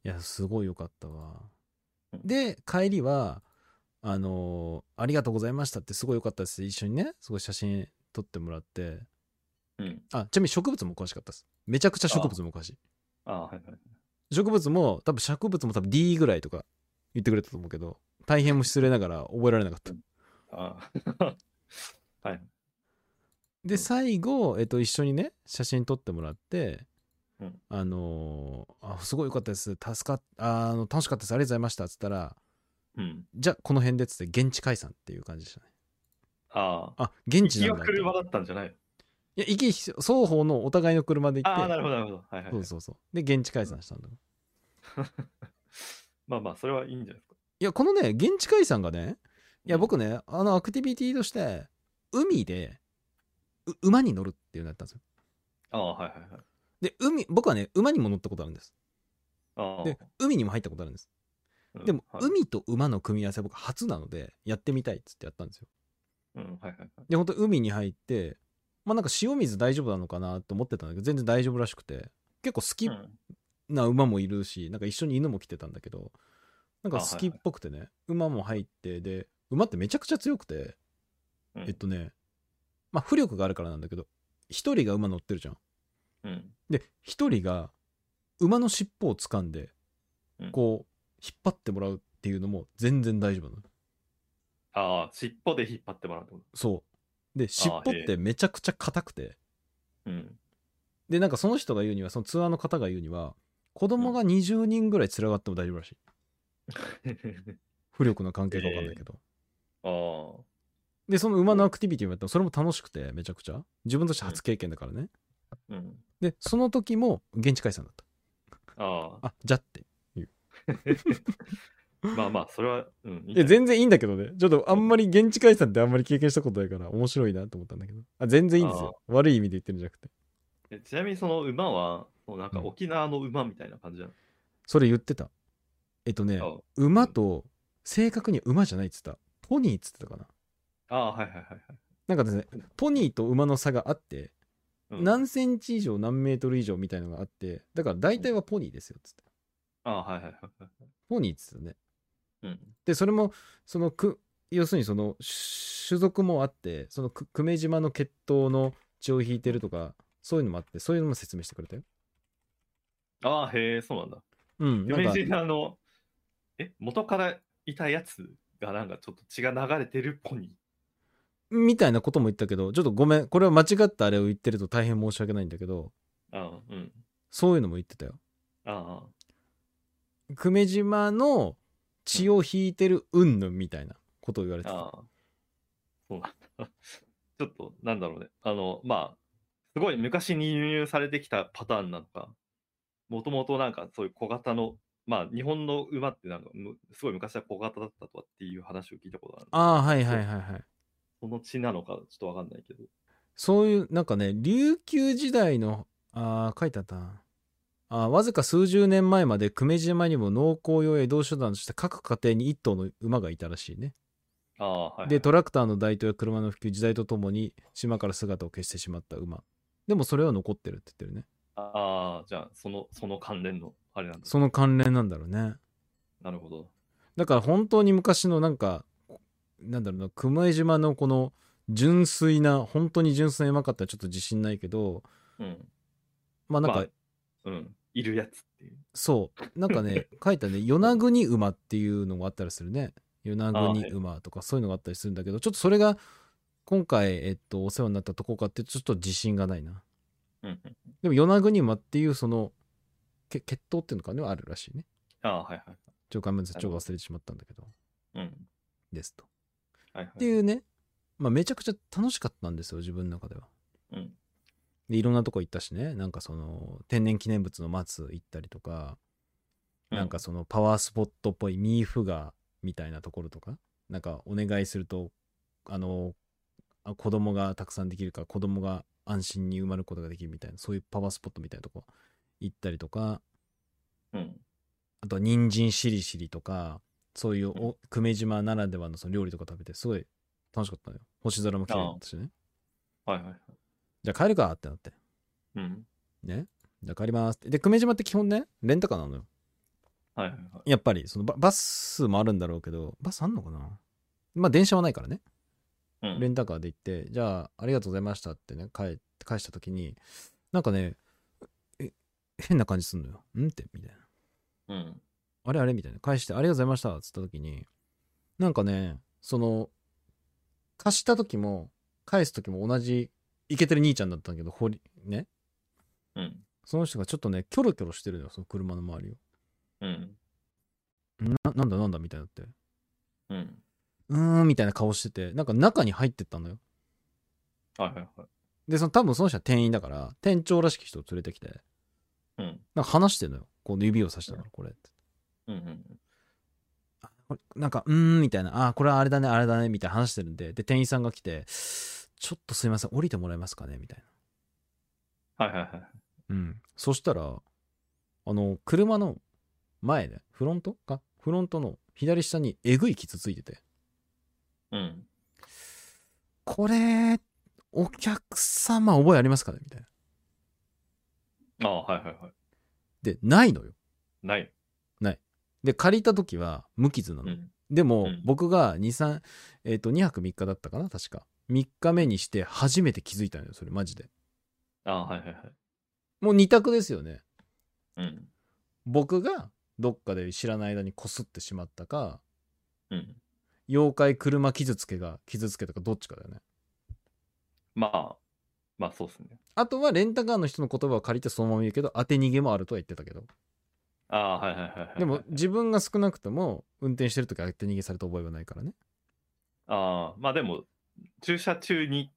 Speaker 2: いや、すごいよかったわ
Speaker 1: うん。
Speaker 2: で、帰りは、あのーありがとうございましたって、すごいよかったです。一緒にね、すごい写真撮ってもらって。
Speaker 1: うん。
Speaker 2: あ、ちなみに植物も詳しかったです。めちゃくちゃ植物も詳しい。
Speaker 1: ああ、はいはい。
Speaker 2: 植物も、多分植物も多分 D ぐらいとか言ってくれたと思うけど、大変も失礼ながら覚えられなかった。
Speaker 1: ああ。 はい。
Speaker 2: で、最後、えっと、一緒にね、写真撮ってもらって、
Speaker 1: うん
Speaker 2: あのーあすごい良かったです助かっああの楽しかったですありがとうございました」っつったら
Speaker 1: うん。
Speaker 2: 「じゃあこの辺で」っつって現地解散っていう感じでしたね
Speaker 1: ああ。
Speaker 2: あ現地
Speaker 1: 気
Speaker 2: な
Speaker 1: は
Speaker 2: んだ
Speaker 1: 車だったんじゃない
Speaker 2: いや行き双方のお互いの車で行
Speaker 1: ああ、
Speaker 2: っ
Speaker 1: な
Speaker 2: て
Speaker 1: るほど、なるほど。はいはい、
Speaker 2: そ
Speaker 1: は
Speaker 2: う
Speaker 1: い。
Speaker 2: そうそうで現地解散したんだ、い
Speaker 1: まあまあ、それはいいんじゃないですか。
Speaker 2: やこのね現地解散がねいや僕ねあのアクティビティとして海でう馬に乗るっていうのやったんですよ
Speaker 1: ああ、はいはいはい。
Speaker 2: で海僕はね馬にも乗ったことあるんです
Speaker 1: ああ
Speaker 2: で海にも入ったことあるんです
Speaker 1: うん
Speaker 2: でも、
Speaker 1: はい、
Speaker 2: 海と馬の組み合わせは僕初なのでやってみたいっつってやったんですよ
Speaker 1: うん、はいはいはい。
Speaker 2: で本当海に入ってまあなんか塩水大丈夫なのかなと思ってたんだけど全然大丈夫らしくて結構好き
Speaker 1: うん
Speaker 2: な馬もいるしなんか一緒に犬も来てたんだけどなんか好きっぽくてね、馬も入ってで馬ってめちゃくちゃ強くて、
Speaker 1: うん
Speaker 2: えっとねまあ浮力があるからなんだけど一人が馬乗ってるじゃん
Speaker 1: うん。
Speaker 2: で一人が馬の尻尾を掴んで
Speaker 1: うん
Speaker 2: こう引っ張ってもらうっていうのも全然大丈夫なの
Speaker 1: ああ、尻尾で引っ張ってもらうってこ
Speaker 2: そうで尻尾ってめちゃくちゃ硬くて
Speaker 1: と。うん。
Speaker 2: でなんかその人が言うにはそのツアーの方が言うには子供が20人ぐらい連れがっても大丈夫らしい浮力の関係か分かんないけど、
Speaker 1: ああ。
Speaker 2: でその馬のアクティビティもやったのそれも楽しくてめちゃくちゃ自分として初経験だからね、
Speaker 1: うん。
Speaker 2: でその時も現地解散だっ
Speaker 1: ああ。
Speaker 2: たあじゃって
Speaker 1: まあまあ、それは、うん。いいんじ
Speaker 2: い
Speaker 1: ゃ
Speaker 2: や
Speaker 1: ない
Speaker 2: 全然いいんだけどねちょっとあんまり現地解散ってあんまり経験したことないから面白いなと思ったんだけどあ全然いいんですよ悪い意味で言ってるんじゃなくて
Speaker 1: えちなみにその馬は、もうなんか
Speaker 2: うん
Speaker 1: 沖縄の馬みたいな感じなの、
Speaker 2: それ言ってたえっとね
Speaker 1: あ
Speaker 2: 馬と正確には馬じゃないっつったポニーっつってたかな
Speaker 1: ああ、はいはいはいはい。
Speaker 2: なんかですねポニーと馬の差があって
Speaker 1: うん、
Speaker 2: 何センチ以上何メートル以上みたいのがあってだから大体はポニーですよっつって
Speaker 1: ああ、はいはいはいはい。
Speaker 2: ポニーっつってたね
Speaker 1: うん。
Speaker 2: でそれもそのく要するにそのし種族もあってそのく久米島の血統の血を引いてるとかそういうのもあってそういうのも説明してくれたよ
Speaker 1: ああ、へえ、そうなんだ。
Speaker 2: うん
Speaker 1: で
Speaker 2: なんか
Speaker 1: 明治のあの、え、元からいたやつがなんかちょっと血が流れてるポニー。
Speaker 2: みたいなことも言ったけどちょっとごめんこれは間違ったあれを言ってると大変申し訳ないんだけど
Speaker 1: ああ、うん。
Speaker 2: そういうのも言ってたよ
Speaker 1: あ
Speaker 2: 久米島の血を引いてる云々みたいなことを言わ
Speaker 1: あ、
Speaker 2: れてた、
Speaker 1: ああ。そうなんだ。 ちょっと、なんだろうね。あの、まあ、すごい昔に輸入されてきたパターンなのか、もともとなんかそういう小型の、まあ、日本の馬ってなんかむ、すごい昔は小型だったとかっていう話を聞いたことある。
Speaker 2: ああはいはいはいはい
Speaker 1: その血なのか、ちょっとわかんないけど。
Speaker 2: そういうなんかね琉球時代のあー書いてあったなあーわずか数十年前まで久米島にも農耕用や移動手段として各家庭に一頭の馬がいたらしいね、
Speaker 1: ああ、はい、はい。
Speaker 2: でトラクターの台頭や車の普及時代とともに島から姿を消してしまった馬でもそれは残ってるって言ってるね
Speaker 1: ああ、じゃあ、その、その関連の、あれなんだ。
Speaker 2: その関連なんだろうね
Speaker 1: なるほど。
Speaker 2: だから本当に昔のなんかなんだろうな久米島のこの純粋な本当に純粋な馬かったらちょっと自信ないけど
Speaker 1: うん。
Speaker 2: まあなんか、
Speaker 1: まあうん。いるやつっていう。
Speaker 2: そうなんかね書いたね「与那国馬」っていうのがあったりするね「与那国馬」とかそういうのがあったりするんだけどちょっとそれが今回、えっと、お世話になったとこかってちょっと自信がないな
Speaker 1: うん。
Speaker 2: でも与那国馬っていうそのけ血統っていうのかねはあるらしいね
Speaker 1: ああ、はいはい。
Speaker 2: ちょっと画面ちょっと忘れてしまったんだけど
Speaker 1: うん。
Speaker 2: ですと
Speaker 1: はいはい。
Speaker 2: っていうね、まあ、めちゃくちゃ楽しかったんですよ自分の中では
Speaker 1: うん。
Speaker 2: でいろんなとこ行ったしねなんかその天然記念物の松行ったりとか、
Speaker 1: うん
Speaker 2: なんかそのパワースポットっぽいミーフガみたいなところとかなんかお願いするとあのあ子供がたくさんできるから子供が安心に生まれることができるみたいなそういうパワースポットみたいなとこ行ったりとか
Speaker 1: うん。
Speaker 2: あとは人参しりしりとかそういうお久米島ならではのその料理とか食べてすごい楽しかったのよ星空も綺麗だったしね
Speaker 1: はいはいはい。
Speaker 2: じゃあ帰るかってなって
Speaker 1: うん。
Speaker 2: ねじゃあ帰りますってで久米島って基本ねレンタカーなのよ
Speaker 1: はいはいはい。
Speaker 2: やっぱりそのババスもあるんだろうけどバスあんのかなまあ電車はないからね
Speaker 1: うん
Speaker 2: レンタカーで行ってじゃあありがとうございましたってね帰って返した時になんかねえ変な感じすんのよんってみたいな
Speaker 1: うん。
Speaker 2: あれあれみたいな返してありがとうございましたっつった時になんかねその貸した時も返す時も同じイケてる兄ちゃんだったんだけどほりね
Speaker 1: うん。
Speaker 2: その人がちょっとね、キョロキョロしてるのよ、その車の周りを。
Speaker 1: うん。
Speaker 2: な、なんだなんだみたいになって。
Speaker 1: うん。
Speaker 2: うーん、みたいな顔してて、なんか中に入ってったのよ。
Speaker 1: はいはいはい。
Speaker 2: で、その多分その人は店員だから、店長らしき人を連れてきて、
Speaker 1: うん。
Speaker 2: なんか話してんのよ。こう指をさしたから、これって。
Speaker 1: うんうん。
Speaker 2: あこれなんか、うーん、みたいな、あー、これはあれだね、あれだね、みたいな話してるんで、で、店員さんが来て、ちょっとすいません、降りてもらえますかね、みたいな。
Speaker 1: はいはいはい。
Speaker 2: うん。そしたら、あの、車の前ね、フロントかフロントの左下にえぐい傷ついてて、
Speaker 1: うん。
Speaker 2: これ、お客様覚えありますかねみたいな。
Speaker 1: ああ、はいはいはい。
Speaker 2: で、ないのよ。
Speaker 1: ない。
Speaker 2: で、借りた時は無傷な
Speaker 1: う
Speaker 2: の。
Speaker 1: ん。
Speaker 2: で
Speaker 1: う
Speaker 2: も、
Speaker 1: ん
Speaker 2: 僕が2、3、えっ、と、2泊3日だったかな確か。3日目にして初めて気づいたのよ、それ、マジで。
Speaker 1: ああ、はいはいはい。
Speaker 2: もう2択ですよね。
Speaker 1: うん。
Speaker 2: 僕がどっかで知らない間にこすってしまったか、
Speaker 1: うん。
Speaker 2: 妖怪車傷つけが傷つけたかどっちかだよね。
Speaker 1: まあ、まあそうですね。
Speaker 2: あとはレンタカーの人の言葉を借りてそのまま言うけど当て逃げもあるとは言ってたけど
Speaker 1: ああ、はいはいはいはい。
Speaker 2: でも自分が少なくとも運転してる時は当て逃げされた覚えはないからね
Speaker 1: ああ、まあでも、駐車中に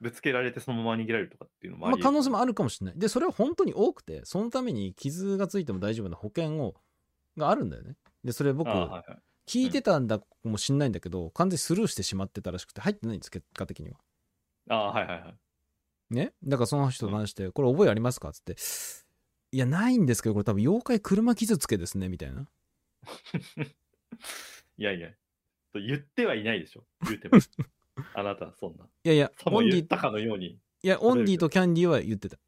Speaker 1: ぶつけられてそのまま逃げられるとかっていうのも
Speaker 2: ま
Speaker 1: あ
Speaker 2: あ
Speaker 1: り
Speaker 2: 可能性
Speaker 1: も。
Speaker 2: もあるかもしれないでそれは本当に多くてそのために傷がついても大丈夫な保険をがあるんだよねでそれ僕
Speaker 1: ああ、はいはい。
Speaker 2: 聞いてたんだかもしんないんだけど完全にスルーしてしまってたらしくて入ってないんです結果的には
Speaker 1: ああ、はいはいはい。
Speaker 2: ねだからその人と話して「これ覚えありますか?」っつって「いやないんですけどこれ多分妖怪車傷つけですね」みたいない
Speaker 1: やいや、と言ってはいないでしょ。言うても。 あなたはそんな。
Speaker 2: いやいや
Speaker 1: さも
Speaker 2: オンリ
Speaker 1: 言
Speaker 2: ー
Speaker 1: ったかのように。
Speaker 2: いや、オンリーとキャンディーは言ってた。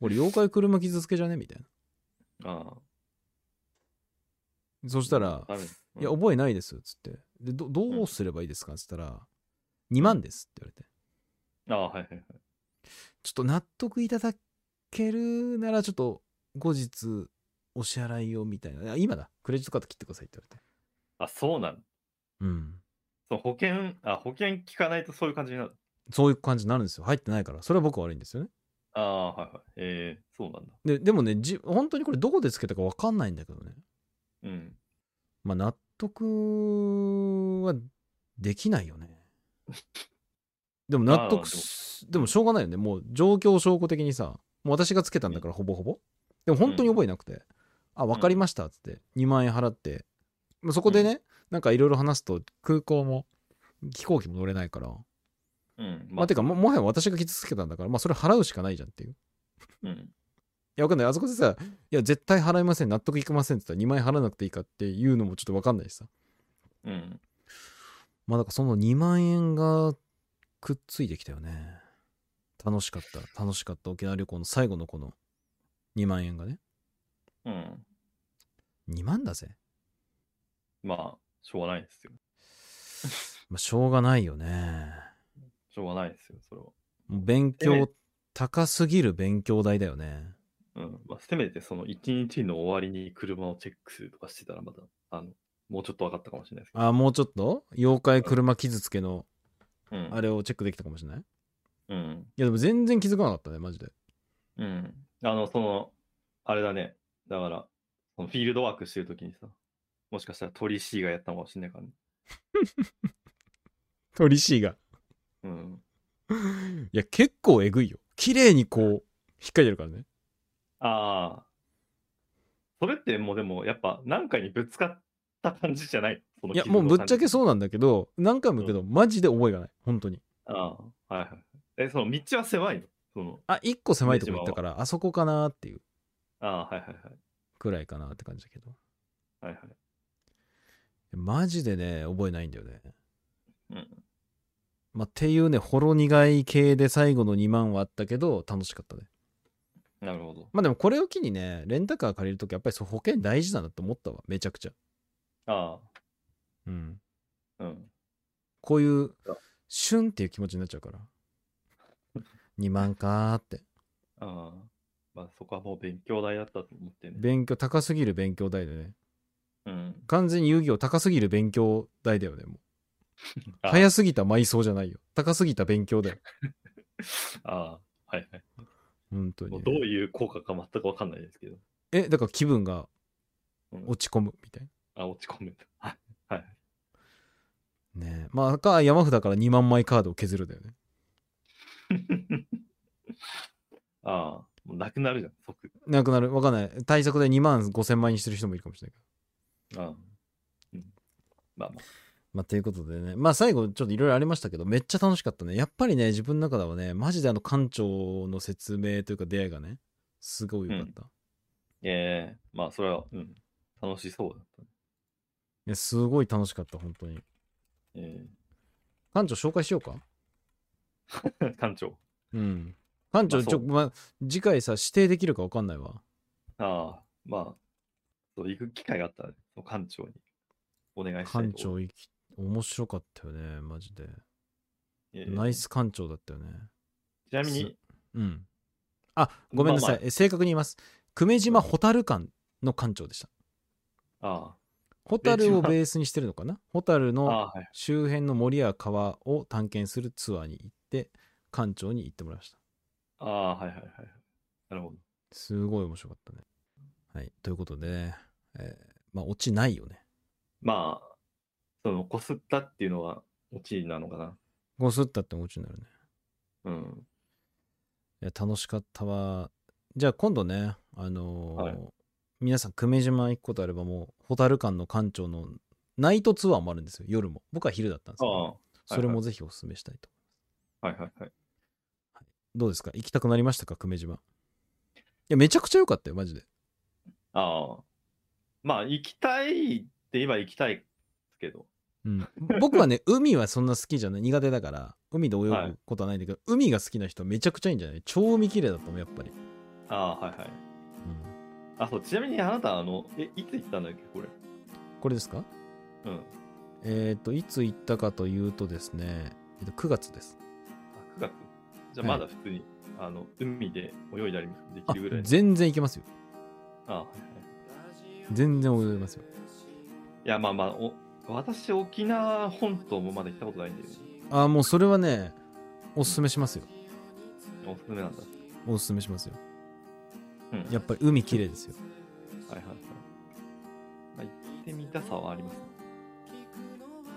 Speaker 2: 俺、妖怪車傷つけじゃねみたい
Speaker 1: ああ。
Speaker 2: な。そしたら、
Speaker 1: ダメ
Speaker 2: いや、覚えないです、つって。で、どどうすればいいですかつったら、2万ですって言われて。
Speaker 1: ああ、はいはいはい。
Speaker 2: ちょっと納得いただけるなら、ちょっと後日お支払いをみたいな。いや今だ、クレジットカード切ってくださいって言わ
Speaker 1: あ、そうなん
Speaker 2: れて。うん。
Speaker 1: その保険、あ、保険聞かないとそういう感じになる。
Speaker 2: そういう感じになるんですよ。入ってないから。それは僕は悪いんですよね。
Speaker 1: ああ、はいはい。ええそうなんだ。
Speaker 2: で、でもね、じ本当にこれどこでつけたか分かんないんだけどね。
Speaker 1: うん。
Speaker 2: まあ、納得はできないよね。でも納
Speaker 1: まあ
Speaker 2: 得す、でもしょうがないよね。もう状況証拠的にさ、もう私がつけたんだからほぼほぼ。でも本当に覚えなくて、あ、わかりましたっつって、2万円払って、まあ、そこでね、なんかいろいろ話すと空港も飛行機も乗れないから、ま
Speaker 1: うん。
Speaker 2: あ、てかも、もはや私が傷つけたんだから、まあそれ払うしかないじゃんっていう。い
Speaker 1: うん。
Speaker 2: や、わかんない。あそこでさ、いや、絶対払いません、納得いきませんって言ったら2万円払わなくていいかっていうのもちょっとわかんないしさ。
Speaker 1: うん。
Speaker 2: まあだからその2万円がくっついてきたよね。楽しかった。楽しかった。沖縄旅行の最後のこの2万円がね。
Speaker 1: うん。
Speaker 2: 2万だぜ。
Speaker 1: まあ、しょうがないですよ。
Speaker 2: まあしょうがないよね。
Speaker 1: しょうがないですよ、それは。
Speaker 2: もう勉
Speaker 1: え
Speaker 2: 強、高すぎる勉強代だよね。
Speaker 1: うんまあ、せめてその一日の終わりに車をチェックするとかしてたらまたあのもうちょっと分かったかもしれないですけど。
Speaker 2: あ、もうちょっと妖怪車傷つけの
Speaker 1: うん、
Speaker 2: あれをチェックできたかもしれないい
Speaker 1: うん。
Speaker 2: やでも全然気づかなかったね、マジで。
Speaker 1: うん。あの、その、あれだね。だから、そのフィールドワークしてるときにさ、もしかしたら鳥 C がやったのかもしれないからね。
Speaker 2: 鳥 C が。
Speaker 1: うん。
Speaker 2: いや、結構えぐいよ。綺麗にこう、引っかいてるからね。
Speaker 1: ああ。それってもうでも、やっぱ何回にぶつかった感じじゃない。その
Speaker 2: いや、
Speaker 1: 傷の
Speaker 2: もうぶっちゃけそう
Speaker 1: 感
Speaker 2: なんだけど、何回も言うけど、マジで覚えがない。本当に。
Speaker 1: じ。ああ。はいはい。え、その道は狭いのその、
Speaker 2: あ、一個狭いとこ行ったから、あそこかなっていう
Speaker 1: ああ、はいはいはい。
Speaker 2: くらいかなって感じだけど。
Speaker 1: はいはい。
Speaker 2: マジでね、覚えないんだよね。
Speaker 1: うん。
Speaker 2: まあ、っていうね、ほろ苦い系で最後の2万はあったけど、楽しかったね。
Speaker 1: なるほど。
Speaker 2: まあでもこれを機にね、レンタカー借りるとき、やっぱりそう保険大事だなって思ったわ。めちゃくちゃ。
Speaker 1: あ
Speaker 2: うん。
Speaker 1: あ。うん。
Speaker 2: こういう
Speaker 1: そう、
Speaker 2: シュンっていう気持ちになっちゃうから。2万かーって。
Speaker 1: ああ。まあそこはもう勉強代だったと思ってね。
Speaker 2: 勉強、高すぎる勉強代でね。
Speaker 1: うん。
Speaker 2: 完全に遊戯王高すぎる勉強代だよね、もう。
Speaker 1: あ
Speaker 2: 早すぎた埋葬じゃないよ。高すぎた勉強だよ。
Speaker 1: ああ。はいはい。
Speaker 2: 本当に
Speaker 1: どういう効果か全く分かんないですけど、
Speaker 2: えだから気分が
Speaker 1: うん
Speaker 2: 落ち込むみたい
Speaker 1: あ、落ち込む。はい。はい。
Speaker 2: なねえまあか山札から2万枚カードを削るだよね
Speaker 1: ああ、もうなくなるじゃん、即。
Speaker 2: なくなるわかんない対策で2万5000枚にしてる人もいるかもしれないけど
Speaker 1: ああうん。まあまあ、
Speaker 2: まあということでねまあ最後ちょっといろいろありましたけどめっちゃ楽しかったねやっぱりね自分の中ではねマジであの館長の説明というか出会いがねすごい良かった、
Speaker 1: ええまあ、それは、うん、楽しそうだったね。
Speaker 2: いやすごい楽しかった本当に
Speaker 1: え
Speaker 2: 館長紹介しようか
Speaker 1: え 館長。
Speaker 2: うん館長、
Speaker 1: まあ
Speaker 2: ち
Speaker 1: そ
Speaker 2: ょ
Speaker 1: う
Speaker 2: まあ、次回さ指定できるか分かんないわ
Speaker 1: ああ、まあ、そう行く機会があったら、ね、その館長にお願いしたい
Speaker 2: 館
Speaker 1: と思う。
Speaker 2: 長行き面白かったよねマジで、
Speaker 1: ええ
Speaker 2: ナイス館長だったよね
Speaker 1: ちなみ
Speaker 2: す
Speaker 1: に、
Speaker 2: うんあごめんなさい、
Speaker 1: まあま
Speaker 2: え正確に言います久米島ホタル館の館長でした
Speaker 1: あ
Speaker 2: ホタルをベースにしてるのかなホタル
Speaker 1: あ、あ
Speaker 2: の
Speaker 1: あ、はい。
Speaker 2: 周辺の森や川を探検するツアーに行って館長に行ってもらいました
Speaker 1: ああ、はいはいはいはい。なるほど。
Speaker 2: すごい面白かったねはいということでね、えーまあ落ちないよね
Speaker 1: まあ、その、こすったっていうのは、オチなのかな。
Speaker 2: こすったって落ちになるね
Speaker 1: うん。
Speaker 2: いや楽しかったわじゃあ今度ねあのー
Speaker 1: はい
Speaker 2: 皆さん久米島行くことあればもう蛍館の館長のナイトツアーもあるんですよ夜も僕は昼だったんです
Speaker 1: あ
Speaker 2: けど
Speaker 1: あ、は
Speaker 2: それもぜひお勧めしたいと、
Speaker 1: いはいはい。
Speaker 2: どうですか行きたくなりましたか久米島いやめちゃくちゃ良かったよマジで
Speaker 1: ああ。まあ、行きたいって言えば行きたいけど。
Speaker 2: うん、僕はね海はそんな好きじゃない苦手だから海で泳
Speaker 1: は
Speaker 2: ぐ
Speaker 1: い
Speaker 2: ことはないんだけど、海が好きな人はめちゃくちゃいいんじゃない超海綺麗だったもんやっぱり、
Speaker 1: ああ、はいはい。
Speaker 2: うん
Speaker 1: あ、そう、ちなみにあなた、あの、え、いつ行ったんだっけ、これ。
Speaker 2: これですか
Speaker 1: うん。
Speaker 2: えっ、といつ行ったかというとですねえっと9月です
Speaker 1: あ、9月。じゃあ、
Speaker 2: は
Speaker 1: ま
Speaker 2: い
Speaker 1: だ普通に、あの、海で泳いだりでき
Speaker 2: あ
Speaker 1: るぐらい。
Speaker 2: 全然行けますよ
Speaker 1: ああ、はいはい。
Speaker 2: 全然泳げますよ
Speaker 1: いや、まあまあ、お私、沖縄本島もまだ行ったことないんで、
Speaker 2: あもうそれはねおすすめしますよ
Speaker 1: おすすめなんだ。
Speaker 2: おすすめしますよ
Speaker 1: うん。はい
Speaker 2: やっぱり海綺麗ですよ
Speaker 1: はいはい。まあ、行ってみたさはありますね。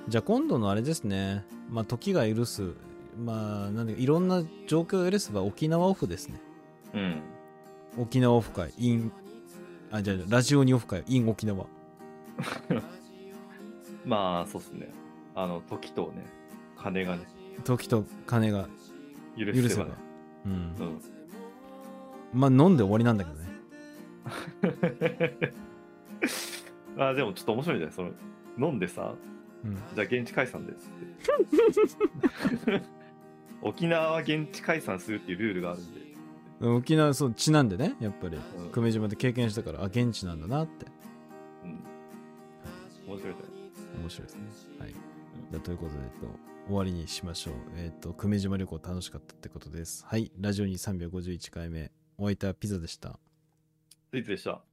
Speaker 2: じゃあ今度のあれですねまあ時が許すまあなんでいろんな状況を許せば沖縄オフですね
Speaker 1: うん。
Speaker 2: 沖縄オフ会 in あじゃあラジオにオフ会 in 沖縄
Speaker 1: まあ、そうっすね。あの、時とね、金がね、
Speaker 2: 時と金が
Speaker 1: 許
Speaker 2: 許
Speaker 1: せ
Speaker 2: せ
Speaker 1: ば
Speaker 2: ば
Speaker 1: ね。
Speaker 2: うん
Speaker 1: うん。
Speaker 2: まあ飲んで終わりなんだけどね
Speaker 1: あでもちょっと面白いじゃないその飲んでさ
Speaker 2: うん
Speaker 1: じゃあ現地解散ですって 沖縄は現地解散するっていうルールがあるんで、
Speaker 2: 沖縄そう地なんでねやっぱり
Speaker 1: うん
Speaker 2: 久米島で経験したからあ現地なんだなって
Speaker 1: うん、面白いじ
Speaker 2: 面白いですね。はい。じゃあということで、えっと、終わりにしましょう。えっと、久米島旅行楽しかったってことです。はい。ラジオに351回目、お相手はピザでした。
Speaker 1: ゃないついつでした